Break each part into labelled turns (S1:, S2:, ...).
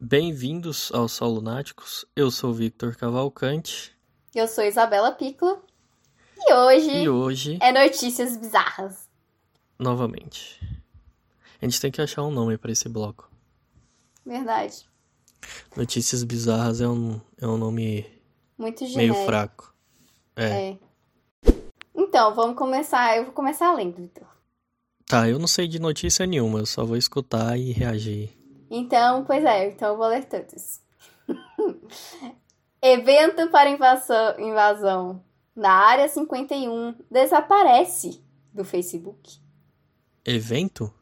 S1: Bem-vindos ao Sol Lunáticos. Eu sou Victor Cavalcante
S2: Eu sou Isabela Piccolo e hoje
S1: e hoje,
S2: é notícias bizarras.
S1: novamente, a gente tem que achar um nome para esse bloco.
S2: Verdade.
S1: Notícias Bizarras é um, é um nome
S2: Muito genérico.
S1: meio fraco. É.
S2: É. Então, vamos começar. Eu vou começar lendo, Vitor.
S1: Tá, eu não sei de notícia nenhuma, eu só vou escutar e reagir.
S2: Então, pois é, então eu vou ler todos. Evento para invasão, invasão na área 51 desaparece do Facebook.
S1: Evento?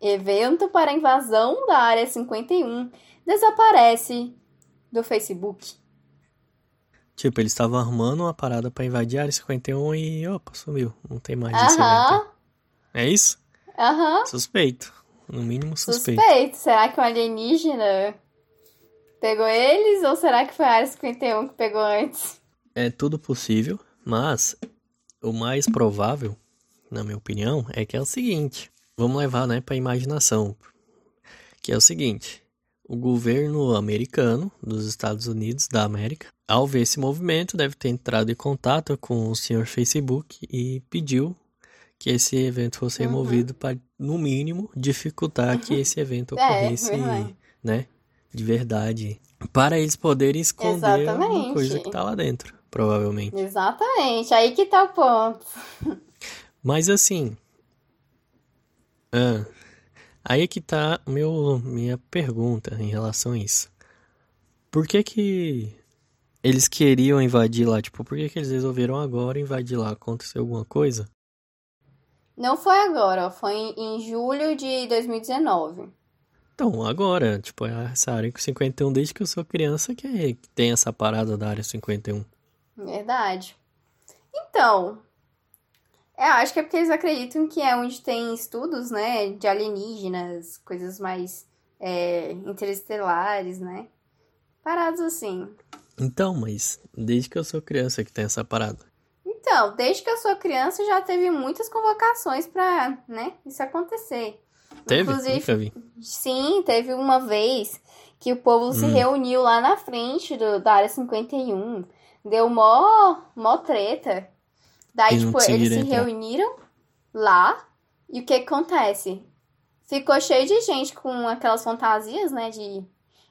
S2: Evento para invasão da área 51 desaparece do Facebook.
S1: Tipo, eles estavam armando uma parada pra invadir a área 51 e opa, sumiu. Não tem mais esse evento.
S2: Aham,
S1: É isso?
S2: aham.
S1: Suspeito. No mínimo suspeito.
S2: Suspeito. Será que um alienígena pegou eles ou será que foi a Área 51 que pegou antes?
S1: É tudo possível, mas o mais provável, na minha opinião, é que é o seguinte. Vamos levar, né, pra imaginação. Que é o seguinte. O governo americano dos Estados Unidos da América, ao ver esse movimento, deve ter entrado em contato com o senhor Facebook e pediu que esse evento fosse
S2: Uhum.
S1: removido para, no mínimo, dificultar que esse evento
S2: É,
S1: ocorresse,
S2: verdade.
S1: né, de verdade. Para eles poderem esconder alguma
S2: Exatamente.
S1: coisa que tá lá dentro, provavelmente.
S2: Exatamente. Aí que tá o ponto.
S1: Mas assim. ah, aí é que tá meu, minha pergunta em relação a isso. Por que que eles queriam invadir lá? Tipo, por que que eles resolveram agora invadir lá? Aconteceu alguma coisa?
S2: Não foi agora, ó, foi em, em julho de 2019.
S1: Então, agora, tipo, é essa área 51, desde que eu sou criança, que, é- que tem essa parada da área 51.
S2: Verdade. Então, é, acho que é porque eles acreditam que é onde tem estudos, né, de alienígenas, coisas mais é, interestelares, né? Parados assim.
S1: Então, mas desde que eu sou criança que tem essa parada.
S2: Então, desde que eu sou criança já teve muitas convocações pra, né, isso acontecer.
S1: Teve?
S2: Inclusive,
S1: Nunca vi.
S2: sim, teve uma vez que o povo se
S1: Hum.
S2: reuniu lá na frente do, da área 51. Deu mó, mó treta. Daí,
S1: Eles não né?
S2: tipo, eles se
S1: conseguiram entrar.
S2: reuniram lá. E o que que acontece? Ficou cheio de gente com aquelas fantasias, né, de...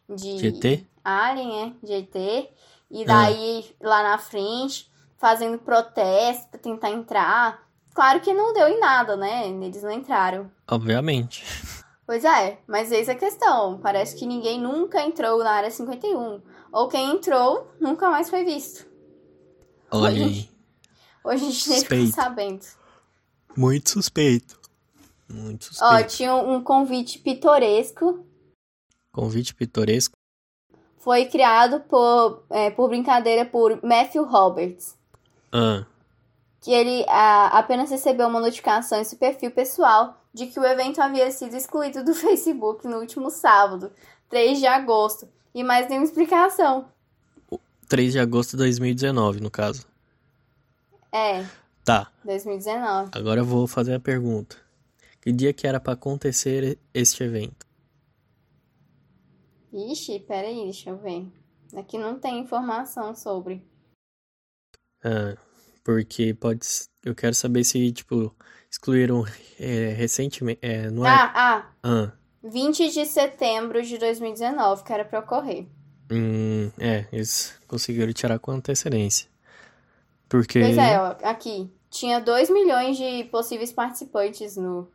S2: De,
S1: GT?
S2: Alien, é, GT. E
S1: Ah.
S2: daí, lá na frente, fazendo protesto pra tentar entrar. Claro que não deu em nada, né? Eles não entraram.
S1: Obviamente.
S2: Pois é, mas eis a questão. Parece que ninguém nunca entrou na área 51. Ou quem entrou nunca mais foi visto.
S1: Olha
S2: Olha.
S1: aí.
S2: Hoje a gente nem ficou
S1: Suspeito.
S2: sabendo.
S1: Muito suspeito. Muito suspeito.
S2: Ó, tinha um convite pitoresco.
S1: Convite pitoresco.
S2: Foi criado por, é, por brincadeira por Matthew Roberts.
S1: Ah,
S2: que ele ah, apenas recebeu uma notificação em seu perfil pessoal de que o evento havia sido excluído do Facebook no último sábado, 3 de agosto, e mais nenhuma explicação.
S1: 3 de agosto de 2019, no caso.
S2: É,
S1: Tá,
S2: 2019.
S1: agora eu vou fazer a pergunta. Que dia que era pra acontecer este evento?
S2: Ixi, peraí, deixa eu ver. Aqui não tem informação sobre.
S1: Ah, porque pode. s- Eu quero saber se, tipo, excluíram é, recentemente. É, não é?
S2: Ah, ah,
S1: Ah,
S2: 20 de setembro de 2019, que era pra ocorrer.
S1: hum, é, eles conseguiram tirar com antecedência. Porque.
S2: Pois é, ó, aqui. Tinha 2 milhões de possíveis participantes no.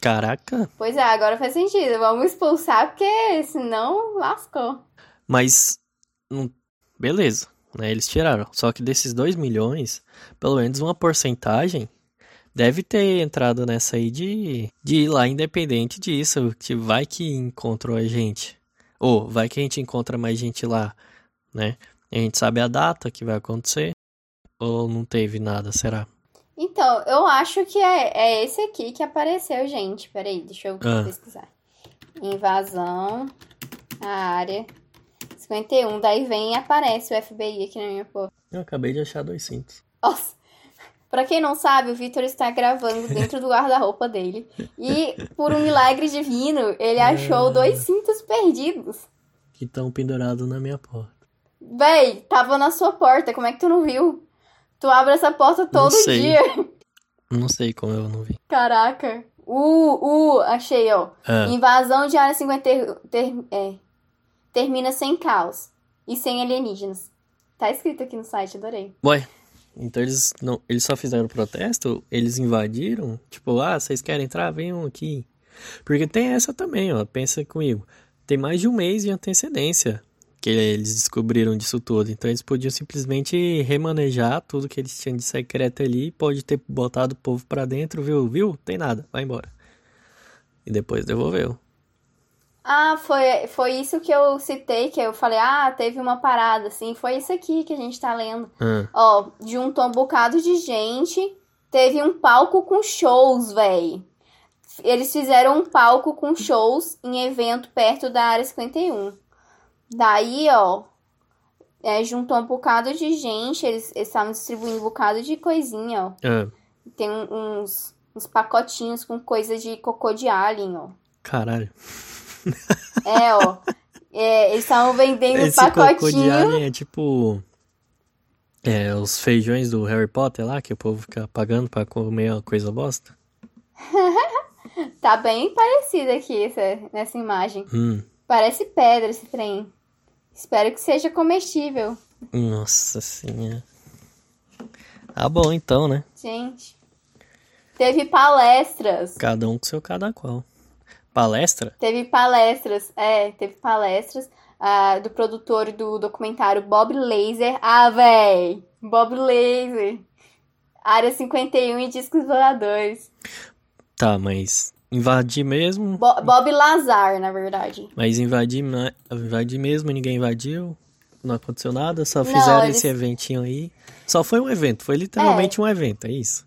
S1: Caraca,
S2: Pois é, agora faz sentido. Vamos expulsar, porque senão lascou.
S1: Mas, não- beleza, né? Eles tiraram. Só que desses 2 milhões, pelo menos uma porcentagem deve ter entrado nessa aí de, de ir lá independente disso, que vai que encontrou a gente. Ou vai que a gente encontra mais gente lá, né? A gente sabe a data que vai acontecer. Ou não teve nada, será?
S2: Então, eu acho que é, é esse aqui que apareceu, gente. Peraí, deixa eu
S1: Ah.
S2: pesquisar. Invasão, a área 51. Daí vem e aparece o FBI aqui na minha porra.
S1: Eu acabei de achar dois cintos.
S2: Nossa! Pra quem não sabe, o Victor está gravando dentro do guarda-roupa
S1: Ah.
S2: dele. E, por um milagre divino, ele achou dois cintos perdidos.
S1: que estão pendurados na minha porta.
S2: Véi, tava na sua porta, como é que tu não viu? Tu abre essa porta todo
S1: sei.
S2: dia.
S1: Não sei como eu não vi.
S2: Caraca. Uh, uh, achei, ó.
S1: Ah,
S2: Invasão de Área 50 ter- ter- é. termina sem caos e sem alienígenas. Tá escrito aqui no site, adorei.
S1: então eles não, eles só fizeram protesto, eles invadiram, tipo, ah, vocês querem entrar, venham aqui. Porque tem essa também, ó, pensa comigo. Tem mais de um mês de antecedência que eles descobriram disso tudo. Então eles podiam simplesmente remanejar tudo que eles tinham de secreto ali, pode ter botado o povo pra dentro, viu? Viu? Tem nada, vai embora. E depois devolveu.
S2: Ah, foi, foi isso que eu citei, que eu falei, ah, teve uma parada, assim, foi isso aqui que a gente tá lendo.
S1: Ah,
S2: Ó, juntou um bocado de gente, teve um palco com shows, véi. Eles fizeram um palco com shows em evento perto da Área 51. Daí, ó, é, juntou um bocado de gente, eles eles estavam distribuindo um bocado de coisinha, ó.
S1: ah,
S2: Tem um- uns, uns pacotinhos com coisa de cocô de alien, ó.
S1: caralho.
S2: É, ó. É, eles estavam vendendo um
S1: Esse cocô de
S2: pacotinho.
S1: alien é tipo. É, os feijões do Harry Potter lá, que o povo fica pagando pra comer uma coisa bosta.
S2: Tá bem parecido aqui essa- nessa imagem.
S1: Hum,
S2: Parece pedra esse trem. Espero que seja comestível.
S1: nossa senhora. Tá bom então, né?
S2: Gente. Teve palestras.
S1: Cada um com seu cada qual. Palestra?
S2: Teve palestras. É, teve palestras ah, do produtor do documentário Bob Laser. Ah, véi! Bob Laser. Área 51 e discos voadores.
S1: Tá, mas invadir mesmo?
S2: Bo- Bob Lazar, na verdade.
S1: Mas invadir, na- invadir mesmo, ninguém invadiu? Não aconteceu nada, só
S2: Não,
S1: fizeram
S2: eles-
S1: esse eventinho aí. Só foi um evento, foi literalmente um evento, é isso.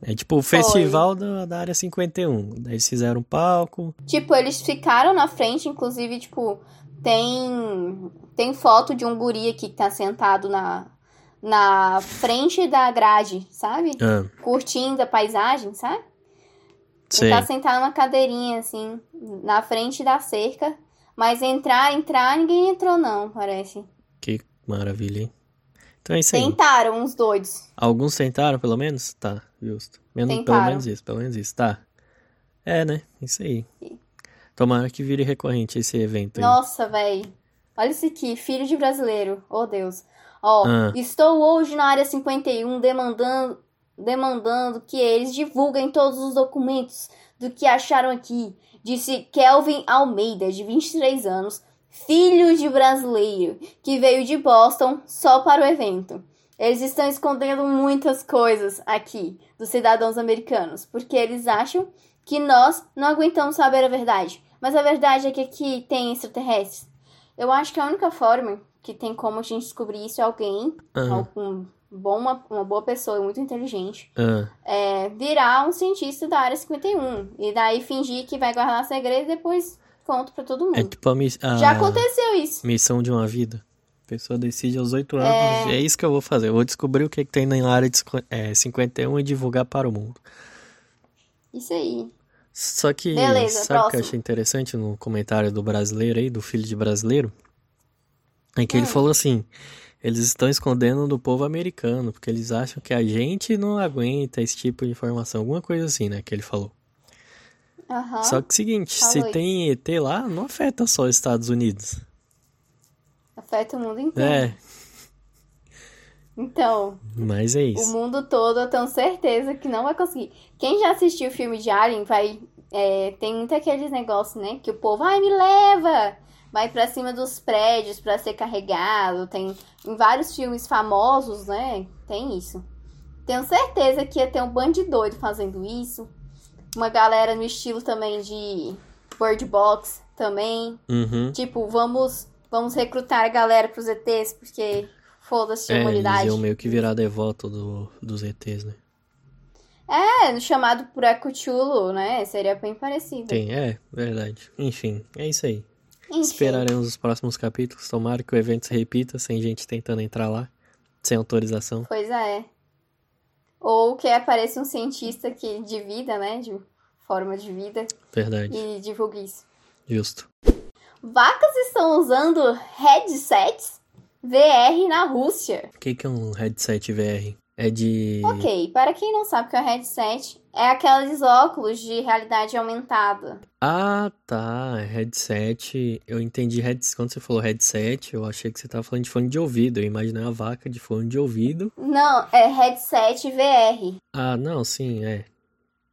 S1: É tipo o festival da, da área 51. Daí eles fizeram um palco.
S2: Tipo, eles ficaram na frente, inclusive, tipo, tem tem foto de um guri aqui que tá sentado na, na frente da grade, sabe?
S1: Ah,
S2: Curtindo a paisagem, sabe?
S1: sei.
S2: Ele tá sentado numa cadeirinha, assim, na frente da cerca. Mas entrar, entrar, ninguém entrou não, parece.
S1: Que maravilha, hein? Então é isso aí.
S2: Tentaram uns doidos.
S1: Alguns tentaram, pelo menos? Tá, justo. Menos, pelo
S2: Tentaram.
S1: menos isso, pelo menos isso, tá. É, né? Isso aí. Tomara que vire recorrente esse evento aí.
S2: Nossa, velho. Olha isso aqui, filho de brasileiro. Oh, Deus. Ó,
S1: Ah.
S2: estou hoje na área 51 demandando, demandando que eles divulguem todos os documentos do que acharam aqui, disse Kelvin Almeida, de 23 anos, filho de brasileiro, que veio de Boston só para o evento. Eles estão escondendo muitas coisas aqui dos cidadãos americanos, porque eles acham que nós não aguentamos saber a verdade. Mas a verdade é que aqui tem extraterrestres. Eu acho que a única forma que tem como a gente descobrir isso é alguém,
S1: Ah,
S2: algum bom, uma, uma boa pessoa e muito inteligente,
S1: ah,
S2: é virar um cientista da área 51. E daí fingir que vai guardar segredo e depois conta pra todo
S1: é
S2: mundo.
S1: tipo a, mis- a...
S2: Hum. Já aconteceu isso.
S1: Missão de uma vida. A pessoa decide aos 8 anos. É... isso que eu vou fazer. Eu vou descobrir o que, que tem na área de cinqu- é, 51 e divulgar para o mundo.
S2: Isso aí.
S1: Só que,
S2: Beleza,
S1: sabe o que eu
S2: próximo.
S1: achei interessante no comentário do brasileiro aí, do filho de brasileiro? É que ele
S2: Hum.
S1: falou assim: eles estão escondendo do povo americano, porque eles acham que a gente não aguenta esse tipo de informação. Alguma coisa assim, né? Que ele falou.
S2: Aham.
S1: Só que seguinte:
S2: Ah, Falou
S1: se
S2: isso.
S1: tem ET lá, não afeta só os Estados Unidos.
S2: Afeta o mundo inteiro.
S1: É,
S2: Então,
S1: mas é
S2: o
S1: isso.
S2: mundo todo eu tenho certeza que não vai conseguir. Quem já assistiu o filme de Alien vai. é, tem muito aqueles negócios, né? Que o povo, ai, me leva! Vai pra cima dos prédios pra ser carregado. Tem em vários filmes famosos, né? Tem isso. Tenho certeza que ia ter um bando de doido fazendo isso. Uma galera no estilo também de Bird Box também.
S1: Uhum.
S2: Tipo, vamos, vamos recrutar a galera pros ETs, porque foda-se a
S1: É, eles
S2: humanidade.
S1: iam meio que virar devoto do, dos ETs, né?
S2: É, no chamado por Ecuchulo, né? Seria bem parecido.
S1: Tem, é, verdade. Enfim, é isso aí.
S2: Enfim,
S1: Esperaremos os próximos capítulos. Tomara que o evento se repita sem gente tentando entrar lá, sem autorização.
S2: Pois é. Ou que apareça um cientista que de vida, né? De forma de vida
S1: Verdade,
S2: e divulgue isso.
S1: justo.
S2: Vacas estão usando headsets VR na Rússia.
S1: O que, que é um headset VR? É de.
S2: Ok, para quem não sabe o que é um headset, é aqueles óculos de realidade aumentada.
S1: Ah, tá. Headset. Eu entendi headset. Quando você falou headset, eu achei que você tava falando de fone de ouvido. Eu imaginei uma vaca de fone de ouvido.
S2: Não, é headset VR.
S1: Ah, não, sim, é.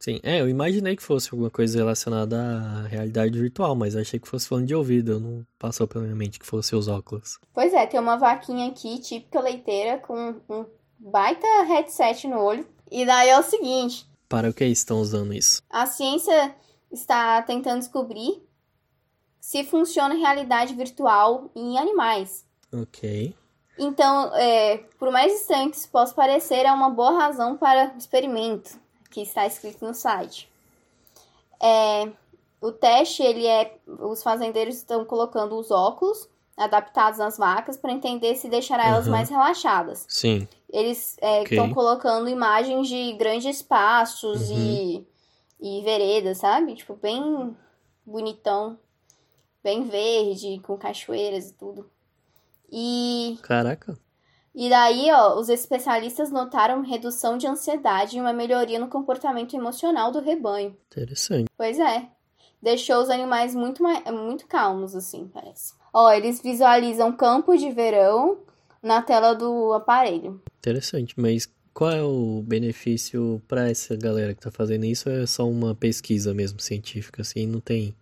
S1: Sim, é, eu imaginei que fosse alguma coisa relacionada à realidade virtual, mas eu achei que fosse fone de ouvido, não passou pela minha mente que fosse os óculos.
S2: Pois é, tem uma vaquinha aqui, típica leiteira, com um baita headset no olho. E daí é o seguinte:
S1: Para o que estão usando isso?
S2: A ciência está tentando descobrir se funciona realidade virtual em animais.
S1: Ok.
S2: Então, é, por mais estranho que isso possa parecer, é uma boa razão para o experimento que está escrito no site. É, o teste, ele é, os fazendeiros estão colocando os óculos adaptados nas vacas para entender se deixará elas
S1: Aham.
S2: mais relaxadas.
S1: Sim.
S2: Eles é,
S1: Ok.
S2: estão colocando imagens de grandes espaços
S1: Uhum.
S2: e, e veredas, sabe? Tipo, bem bonitão, bem verde, com cachoeiras e tudo. E,
S1: Caraca.
S2: e daí, ó, os especialistas notaram redução de ansiedade e uma melhoria no comportamento emocional do rebanho.
S1: Interessante.
S2: Pois é. Deixou os animais muito, mai- muito calmos, assim, parece. Ó, eles visualizam campo de verão na tela do aparelho.
S1: Interessante. Mas qual é o benefício para essa galera que tá fazendo isso? É só uma pesquisa mesmo, científica, assim, não tem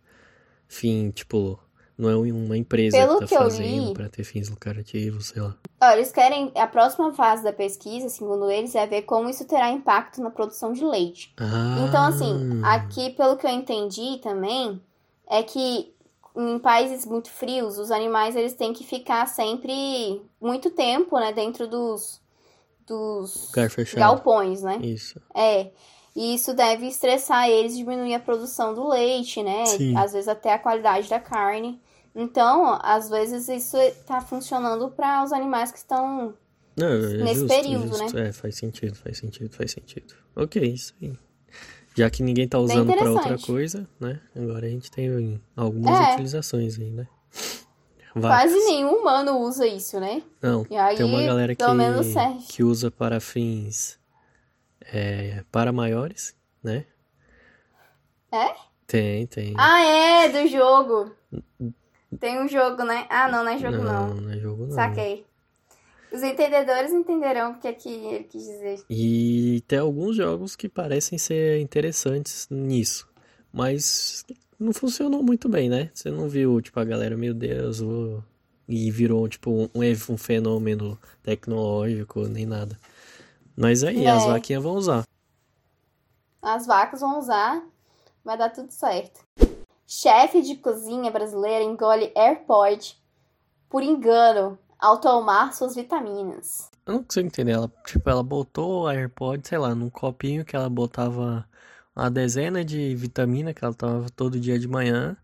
S1: fim, tipo. Não é uma empresa
S2: Pelo
S1: que
S2: que
S1: tá
S2: eu
S1: fazendo
S2: li-
S1: para ter fins lucrativos, sei lá.
S2: Ó, eles querem. A próxima fase da pesquisa, segundo eles, é ver como isso terá impacto na produção de leite.
S1: Ah,
S2: Então, assim, aqui, pelo que eu entendi também, é que em países muito frios, os animais eles têm que ficar sempre muito tempo, né, dentro dos, dos
S1: Lugar fechado.
S2: galpões, né?
S1: Isso.
S2: É. E isso deve estressar eles, diminuir a produção do leite, né?
S1: Sim.
S2: Às vezes até a qualidade da carne. Então, às vezes isso tá funcionando para os animais que estão.
S1: Não, é
S2: Nesse
S1: justo,
S2: período, né?
S1: justo. É, faz sentido, faz sentido, faz sentido. Ok, isso aí. Já que ninguém tá usando pra outra
S2: interessante.
S1: coisa, né? Agora a gente tem hum, algumas
S2: É.
S1: utilizações aí, né? Vai.
S2: Quase nenhum humano usa isso, né?
S1: Não,
S2: E aí,
S1: tem uma galera que,
S2: pelo menos é serve.
S1: que usa para fins é, para maiores, né?
S2: É?
S1: Tem, tem.
S2: Ah, é, do jogo. Tem um jogo, né? Ah, não, não é jogo,
S1: não,
S2: não.
S1: é jogo não.
S2: Saquei. Os entendedores entenderão o que é que ele quis dizer.
S1: E tem alguns jogos que parecem ser interessantes nisso, mas não funcionou muito bem, né? Você não viu, tipo, a galera, meu Deus, vou-" e virou, tipo, um, ev- um fenômeno tecnológico, nem nada. Mas aí,
S2: É.
S1: as vaquinhas vão usar.
S2: As vacas vão usar, vai dar tudo certo. Chefe de cozinha brasileira engole AirPod por engano ao tomar suas vitaminas.
S1: Eu não consigo entender, ela, tipo, ela botou a AirPod, sei lá, num copinho que ela botava uma dezena de vitamina que ela tomava todo dia de manhã.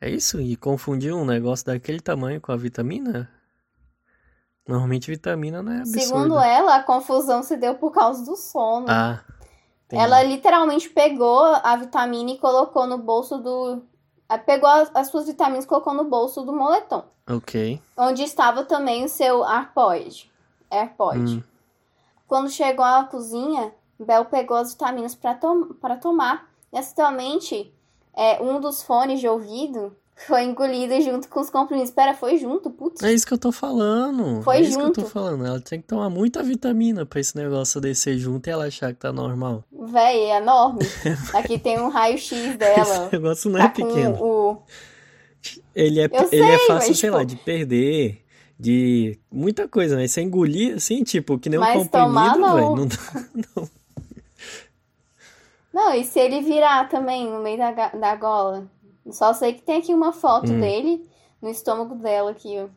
S1: É isso? E confundiu um negócio daquele tamanho com a vitamina? Normalmente vitamina não é absurdo.
S2: Segundo ela, né? a confusão se deu por causa do sono.
S1: Ah, entendi.
S2: ela literalmente pegou a vitamina e colocou no bolso do. ah, Pegou as, as suas vitaminas e colocou no bolso do moletom.
S1: Ok.
S2: Onde estava também o seu AirPod. AirPod.
S1: Hum,
S2: Quando chegou à cozinha, Bel pegou as vitaminas para tom pra tomar. E acidentalmente, é, um dos fones de ouvido foi engolido junto com os comprimidos. Pera, foi junto? Putz.
S1: É isso que eu tô falando.
S2: Foi
S1: é isso que eu tô
S2: junto.
S1: falando. Ela tinha que tomar muita vitamina pra esse negócio descer junto e ela achar que tá normal.
S2: Véi, é enorme. Aqui tem um raio-x dela.
S1: Esse negócio não
S2: Tá
S1: é
S2: com
S1: pequeno.
S2: o...
S1: Ele é,
S2: Eu
S1: ele é
S2: sei,
S1: fácil,
S2: mas,
S1: sei
S2: tipo-
S1: lá, de perder, de muita coisa, né? Você engolir, assim, tipo, que nem um
S2: Mas tomar,
S1: comprimido,
S2: não.
S1: velho. Não dá.
S2: Não, e se ele virar também no meio da, ga- da gola? Só sei que tem aqui uma foto
S1: Hum.
S2: dele no estômago dela aqui, ó.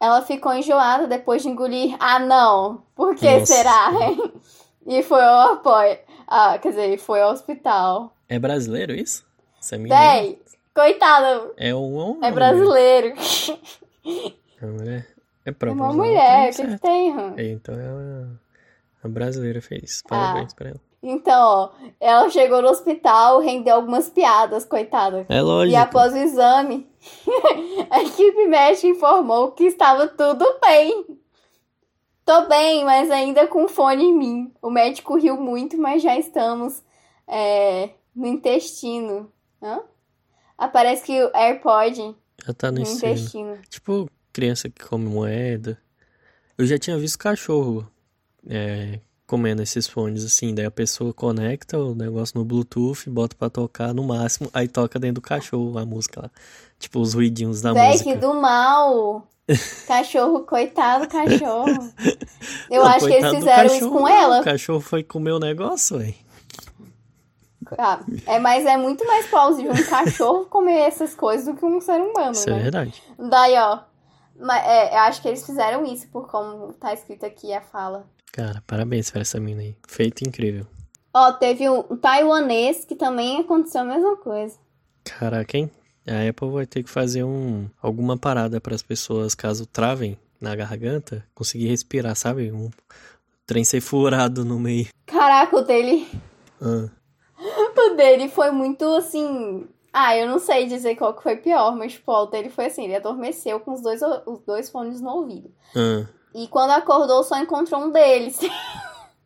S2: Ela ficou enjoada depois de engolir. Ah, não! Por que
S1: Nossa.
S2: será? e foi ao apoio. Ah, quer dizer, foi ao hospital.
S1: É brasileiro isso? Essa menina
S2: Véi, coitado,
S1: é um homem.
S2: é brasileiro.
S1: É uma mulher. É
S2: É
S1: próprio. É,
S2: uma mulher, o que, que tem? hum? Ah.
S1: Então ela. A brasileira fez. Parabéns pra ela.
S2: Então, ó, ela chegou no hospital, rendeu algumas piadas, coitada.
S1: É
S2: E
S1: lógico.
S2: após o exame, a equipe médica informou que estava tudo bem. Tô bem, mas ainda com fone em mim. O médico riu muito, mas já estamos é, no intestino. Hã? Aparece que o AirPod
S1: Já tá no
S2: no
S1: ensino.
S2: intestino.
S1: Tipo, criança que come moeda. Eu já tinha visto cachorro é, comendo esses fones assim. Daí a pessoa conecta o negócio no Bluetooth, bota pra tocar no máximo, aí toca dentro do cachorro a música lá. Tipo, os ruidinhos da
S2: Véi,
S1: música.
S2: que do mal! Cachorro, coitado do cachorro. Eu
S1: Não,
S2: acho que
S1: coitado
S2: eles
S1: do
S2: fizeram isso
S1: cachorro,
S2: com
S1: não.
S2: ela.
S1: O cachorro foi comer o negócio, velho.
S2: Ah, é, mas é muito mais plausível um cachorro comer essas coisas do que um ser humano,
S1: Isso é
S2: né?
S1: verdade.
S2: Daí, ó. Mas, é, eu acho que eles fizeram isso, por como tá escrito aqui a fala.
S1: Cara, parabéns pra essa mina aí. Feito incrível.
S2: Ó, teve um taiwanês que também aconteceu a mesma coisa.
S1: Caraca, hein? A Apple vai ter que fazer um alguma parada para as pessoas caso travem na garganta, conseguir respirar, sabe? Um trem ser furado no meio.
S2: Caraca, o dele,
S1: Ah,
S2: o dele foi muito assim. Ah, eu não sei dizer qual que foi pior, mas tipo, ó, o dele foi assim, ele adormeceu com os dois, o- os dois fones no ouvido.
S1: ah.
S2: E quando acordou, só encontrou um deles.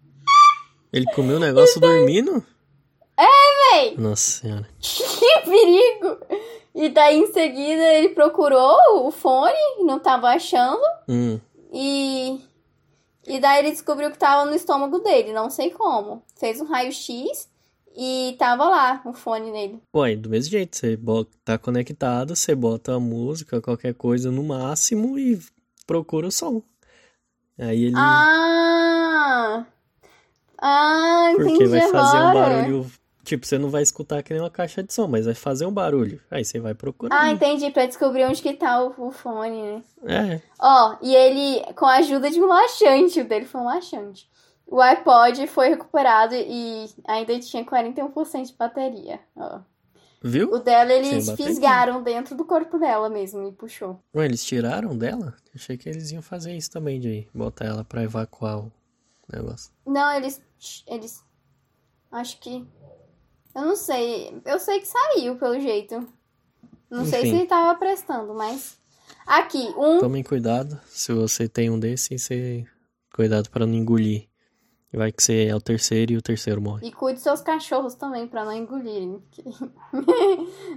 S1: Ele comeu o negócio dormindo? É,
S2: véi!
S1: Nossa senhora.
S2: que perigo! E daí em seguida ele procurou o fone, não tava achando.
S1: Hum,
S2: E. E daí ele descobriu que tava no estômago dele, não sei como. Fez um raio-x e tava lá o fone nele.
S1: Ué, do mesmo jeito, você bo- tá conectado, você bota a música, qualquer coisa no máximo e procura o som. Aí ele.
S2: Ah! Ah, entendi
S1: Porque vai fazer um
S2: agora.
S1: barulho. Tipo, você não vai escutar que nem uma caixa de som, mas vai fazer um barulho. Aí você vai procurando.
S2: Ah, entendi, pra descobrir onde que tá o, o fone, né?
S1: É,
S2: Ó, e ele, com a ajuda de um laxante, o dele foi um laxante. O iPod foi recuperado e ainda tinha 41% de bateria. Ó.
S1: viu?
S2: O dela eles
S1: Sem bateria.
S2: fisgaram dentro do corpo dela mesmo e puxou.
S1: Ué, eles tiraram dela? Achei que eles iam fazer isso também, de botar ela pra evacuar o negócio.
S2: Não, eles. Eles. Acho que. Eu não sei. Eu sei que saiu, pelo jeito. Não sei
S1: Enfim.
S2: se ele tava prestando, mas. Aqui, um.
S1: Tomem cuidado, se você tem um desse, você... Cuidado pra não engolir. Vai que você é o terceiro e o terceiro morre.
S2: E cuide seus cachorros também, pra não engolirem.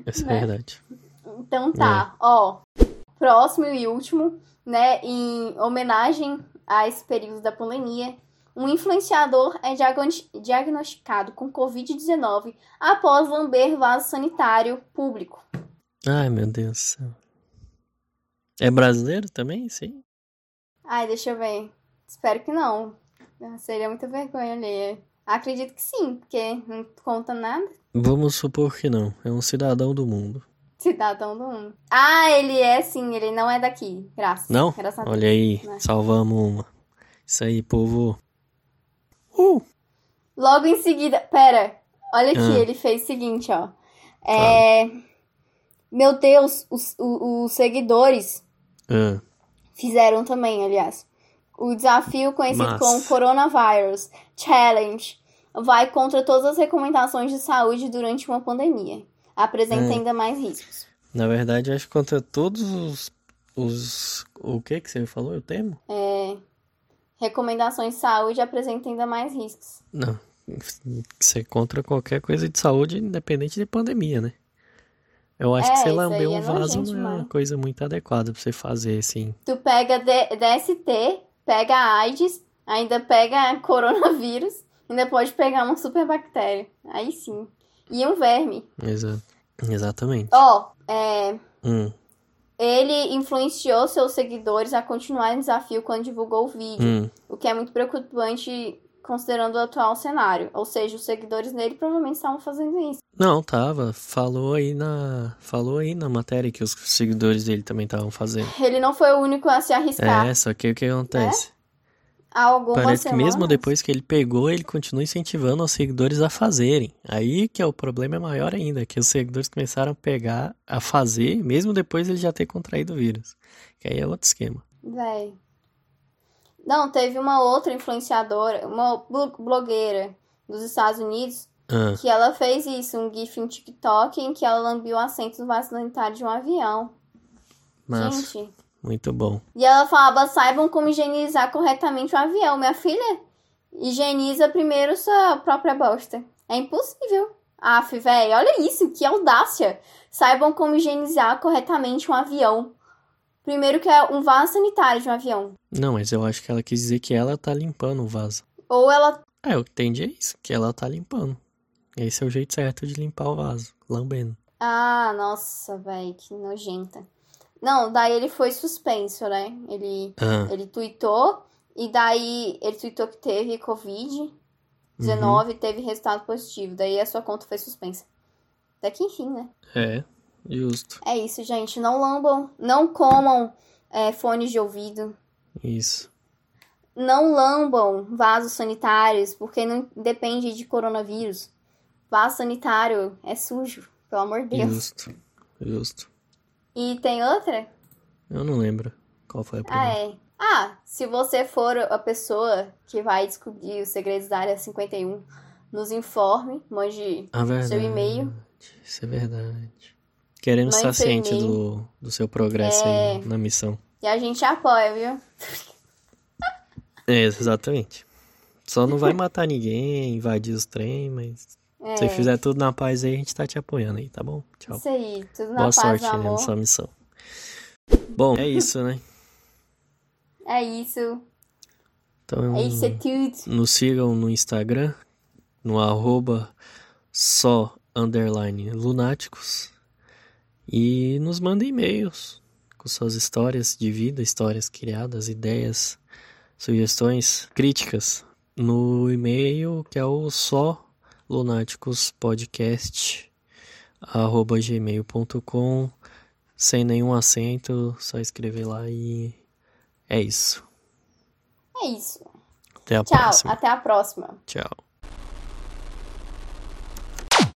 S1: Essa é
S2: Né?
S1: verdade.
S2: Então tá, ó. Próximo e último, né? Em homenagem a esse período da pandemia, um influenciador é diagoni- diagnosticado com Covid-19 após lamber vaso sanitário público.
S1: Ai, meu Deus do céu. É brasileiro também? Sim.
S2: Ai, deixa eu ver. Espero que não. Seria muita vergonha alheia. Acredito que sim, porque não conta nada.
S1: Vamos supor que não. É um cidadão do mundo.
S2: Cidadão do mundo. Ah, ele é sim, ele não é daqui. Graças.
S1: Não?
S2: Graças a Deus.
S1: Olha aí,
S2: Né?
S1: salvamos uma. Isso aí, povo. Uh!
S2: Logo em seguida. Pera, olha aqui,
S1: Ah.
S2: ele fez o seguinte, ó. É. Meu Deus, os, o- os seguidores
S1: Ah,
S2: fizeram também, aliás. O desafio conhecido
S1: Massa.
S2: como Coronavirus Challenge vai contra todas as recomendações de saúde durante uma pandemia. Apresenta
S1: Hum.
S2: ainda mais riscos.
S1: na verdade, acho que contra todos os. os o que que você falou? O termo?
S2: Recomendações de saúde apresenta ainda mais riscos.
S1: Não. Você é contra qualquer coisa de saúde, independente de pandemia, né? Eu acho
S2: É,
S1: que você
S2: isso
S1: lamber
S2: aí é
S1: um vaso
S2: nojento
S1: não é uma
S2: demais.
S1: coisa muito adequada pra você fazer, assim.
S2: Tu pega D- DST, pega AIDS, ainda pega coronavírus, ainda pode pegar uma superbactéria. Aí sim. E um verme.
S1: Exa- Exatamente.
S2: Ó, é,
S1: Hum,
S2: ele influenciou seus seguidores a continuarem o desafio quando divulgou o vídeo,
S1: hum.
S2: o que é muito preocupante considerando o atual cenário. Ou seja, os seguidores dele provavelmente estavam fazendo isso.
S1: Não, tava. Falou aí na. Falou aí na matéria que os seguidores dele também estavam fazendo.
S2: Ele não foi o único a se arriscar.
S1: É, só que o que
S2: Né?
S1: acontece?
S2: Há algumas
S1: Parece que
S2: semanas.
S1: Então, mesmo depois que ele pegou, ele continua incentivando os seguidores a fazerem. Aí que é o problema é maior ainda, que os seguidores começaram a pegar, a fazer, mesmo depois ele já ter contraído o vírus. Que aí é outro esquema.
S2: Véi. Não, teve uma outra influenciadora, uma blo- blogueira, dos Estados Unidos
S1: Ah,
S2: que ela fez isso, um GIF no TikTok em que ela lambiu o assento do vaso sanitário de um avião.
S1: massa.
S2: Gente.
S1: Muito bom.
S2: E ela falava: saibam como higienizar corretamente o avião. Minha filha, higieniza primeiro sua própria bosta. É impossível. Aff, velho, olha isso, que audácia. Saibam como higienizar corretamente um avião. Primeiro que é um vaso sanitário de um avião.
S1: Não, mas eu acho que ela quis dizer que ela tá limpando o vaso.
S2: Ou ela.
S1: Ah, eu entendi é isso, que ela tá limpando. Esse é o jeito certo de limpar o vaso, lambendo.
S2: Ah, nossa, velho, que nojenta. Não, daí ele foi suspenso, né? Ele
S1: Ah,
S2: Ele tweetou e daí ele tweetou que teve Covid-19
S1: Uhum.
S2: e teve resultado positivo. Daí a sua conta foi suspensa. Até que enfim, né?
S1: é, justo.
S2: É isso, gente. Não lambam, não comam é, fones de ouvido.
S1: Isso.
S2: Não lambam vasos sanitários, porque não depende de coronavírus. Vaso sanitário é sujo, pelo amor de Deus.
S1: Justo. Justo.
S2: E tem outra?
S1: Eu não lembro qual foi a
S2: Ah,
S1: primeira.
S2: é. Ah, se você for a pessoa que vai descobrir os segredos da área 51, nos informe, mande
S1: Ah, verdade.
S2: seu e-mail.
S1: Isso é verdade. Queremos
S2: Mande
S1: estar
S2: seu
S1: ciente
S2: e-mail.
S1: do, do seu progresso
S2: É.
S1: aí na missão.
S2: e a gente apoia, viu?
S1: É, exatamente. Só não vai matar ninguém, invadir os trem, mas
S2: É,
S1: se você fizer tudo na paz aí, a gente tá te apoiando aí, tá bom? Tchau.
S2: isso aí, tudo na
S1: Boa
S2: paz,
S1: sorte
S2: no
S1: né,
S2: amor.
S1: nessa missão. Bom, é isso, né?
S2: É isso,
S1: Então,
S2: é isso, é tudo.
S1: nos sigam no Instagram, no arroba só underline lunáticos. E nos mandem e-mails com suas histórias de vida, histórias criadas, ideias, sugestões, críticas. No e-mail que é o só lunáticospodcast arroba gmail.com sem nenhum acento, só escrever lá e é isso.
S2: É isso.
S1: Até a
S2: Tchau,
S1: próxima.
S2: É até a próxima.
S1: Tchau.